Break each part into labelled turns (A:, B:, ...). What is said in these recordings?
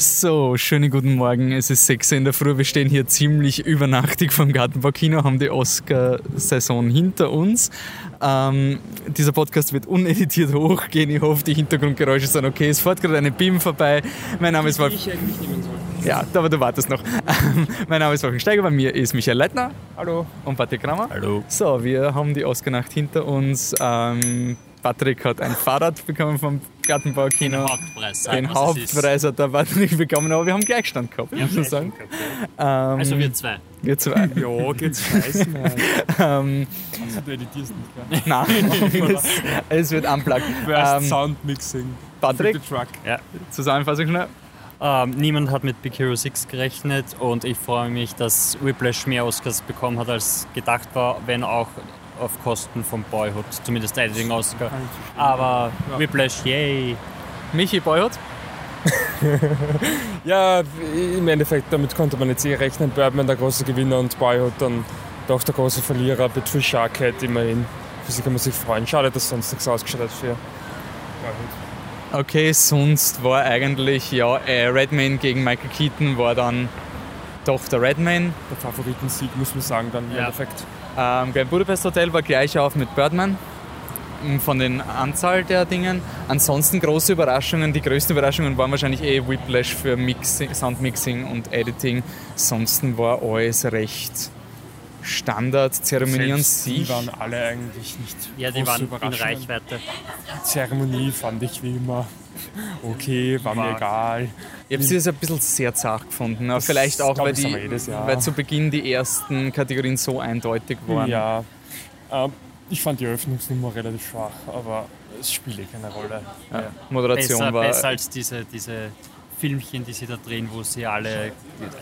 A: So, schönen guten Morgen. Es ist 6 Uhr in der Früh. Wir stehen hier ziemlich übernachtig vom Gartenbaukino, haben die Oscar-Saison hinter uns. Ähm, dieser Podcast wird uneditiert hochgehen. Ich hoffe, die Hintergrundgeräusche sind okay. Es fährt gerade eine BIM vorbei. Mein Name ist Wolf.
B: ich eigentlich nehmen soll.
A: Ja, aber du wartest noch. Ähm, mein Name ist Wolfgang Steiger. Bei mir ist Michael Leitner. Hallo. Und Patrick Kramer.
C: Hallo.
A: So, wir haben die Oscar-Nacht hinter uns. Ähm, Patrick hat ein Fahrrad bekommen vom Gartenbaukino.
C: Genau. Hauptpreis. sag,
A: Den
C: was es ist.
A: Hauptpreis hat der Watt nicht bekommen, aber wir haben Gleichstand gehabt, muss man sagen. Ähm,
C: Also wir zwei.
A: wir zwei.
B: Ja, geht's scheißen.
A: ähm,
B: Du editierst nicht, gell?
A: nein, es, es wird unplugged.
B: Worst
A: Ähm,
B: Sound Mixing.
A: Patrick,
B: Für den Truck.
C: Ja.
A: Zusammenfassung schnell.
C: Ähm, niemand hat mit Big Hero 6 gerechnet und ich freue mich, dass Whiplash mehr Oscars bekommen hat, als gedacht war, wenn auch auf Kosten von Boyhood, zumindest der Editing Oscar. Aber
B: Ja.
C: Whiplash, yay!
A: Michi Beuert,
B: Ja, im Endeffekt, damit konnte man jetzt eh rechnen. Birdman der große Gewinner und Boyhood dann doch der große Verlierer. Patricia Arquette immerhin. Für sie kann man sich freuen. Schade, dass sonst nichts ausgeschaut hat für Boyhood.
A: Okay, sonst war eigentlich, ja, äh, Redman gegen Michael Keaton war dann doch der Redman.
B: Der Favoritensieg, muss man sagen, dann im
C: Ja.
B: Endeffekt.
A: Ähm, Grand Budapest Hotel war gleich auf mit Birdman m, von den Anzahl der Dingen. Ansonsten große Überraschungen. Die größten Überraschungen waren wahrscheinlich eh Whiplash für Mixing, Soundmixing und Editing. Ansonsten war alles recht Standard, Zeremonieren
B: Selbst die
A: sich.
B: waren alle eigentlich nicht
C: Ja, die
B: groß
C: waren in
B: überraschend.
C: Reichweite.
B: Zeremonie fand ich wie immer okay, war mir
C: War-
B: egal.
A: Ich habe sie jetzt ein bisschen sehr zart gefunden. Aber
B: Das
A: vielleicht auch,
B: glaub
A: weil,
B: ich, sagen
A: die,
B: wir jedes Jahr.
A: weil zu Beginn die ersten Kategorien so eindeutig waren.
B: Ja, ähm, ich fand die Eröffnungsnummer relativ schwach, aber es spielt eh keine Rolle. Ja.
A: Moderation
C: Besser,
A: war
C: besser als diese, diese Filmchen, die sie da drehen, wo sie alle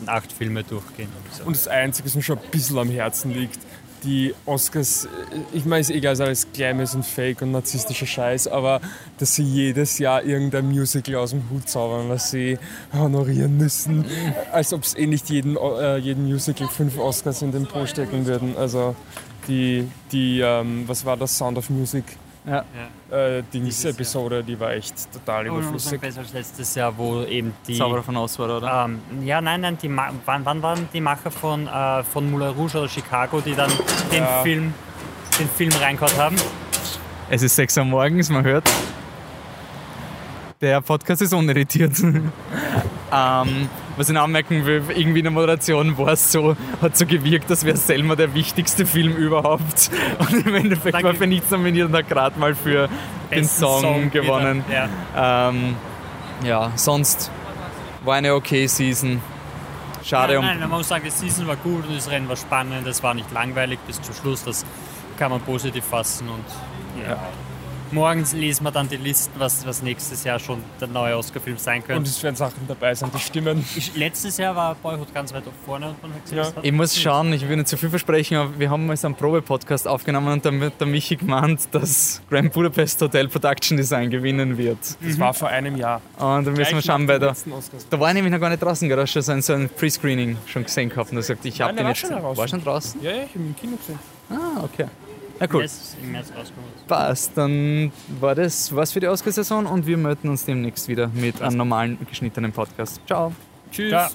C: in acht Filme durchgehen. Und so.
B: Und das Einzige, was mir schon ein bisschen am Herzen liegt, die Oscars, äh, ich meine, es ist egal, es ist alles Glamour und Fake und narzisstischer Scheiß, aber dass sie jedes Jahr irgendein Musical aus dem Hut zaubern, was sie honorieren müssen, als ob es eh nicht jeden, O- äh, jeden Musical fünf Oscars in den Po stecken würden. Also die, die ähm, was war das, Sound of Music?
A: Ja.
B: Äh,
C: Dieses Jahr.
B: Dings-Episode, die war echt total
C: Und man Oh, muss sagen,
B: überflüssig.
C: besser als letztes Jahr, wo eben die
A: Zauberer von Oz war, oder?
C: Ähm, ja, nein, nein, die Ma wann, wann waren die Macher von, äh, von Moulin Rouge oder Chicago, die dann den
B: Ja.
C: Film den Film reingehauen haben?
A: Es ist 6 Uhr morgens, man hört. Der Podcast ist uneditiert. ähm, was ich noch anmerken will, irgendwie in der Moderation war es so, hat so gewirkt, als wäre Selma der wichtigste Film überhaupt. Und im Endeffekt
C: Danke.
A: war für nichts nominiert und hat gerade mal für den
C: Besten
A: Song,
C: wieder.
A: gewonnen.
C: Ja.
A: Ähm, ja, sonst war eine okay Season. Schade
C: Nein,
A: um
C: nein, man muss sagen, die Season war gut und das Rennen war spannend, es war nicht langweilig bis zum Schluss, das kann man positiv fassen und ja. Morgens lesen wir dann die Listen, was, was nächstes Jahr schon der neue Oscar-Film sein
B: Und
C: könnte.
B: es werden Sachen dabei sein, die stimmen.
C: Ich, letztes Jahr war Boyhood ganz weit vorne und man hat gesagt,
B: Ja.
C: das hat-
A: Ich muss schauen, ich will nicht zu viel versprechen, aber wir haben mal so einen Probe-Podcast aufgenommen und dann wird der Michi gemeint, dass Grand Budapest Hotel Production Design gewinnen wird.
C: Mhm.
B: Das war vor einem Jahr.
A: Und dann müssen wir
B: Gleich
A: schauen,
B: nach
A: weil
B: den
A: da,
B: letzten Oscars.
A: da war ich nämlich noch gar nicht draußen, gerade schon so ein, so ein Pre-Screening schon gesehen gehabt und er sagt, ich habe den
B: Nein, der war
A: jetzt.
B: schon draußen.
A: War schon draußen?
B: Ja, ja, ich habe ihn im Kino gesehen.
A: Ah, okay. Na cool,
C: Es ist im März rausgekommen.
A: passt. Dann war das was für die Oscarsaison und wir melden uns demnächst wieder mit einem normalen, geschnittenen Podcast. Ciao.
B: Tschüss.
C: Ja.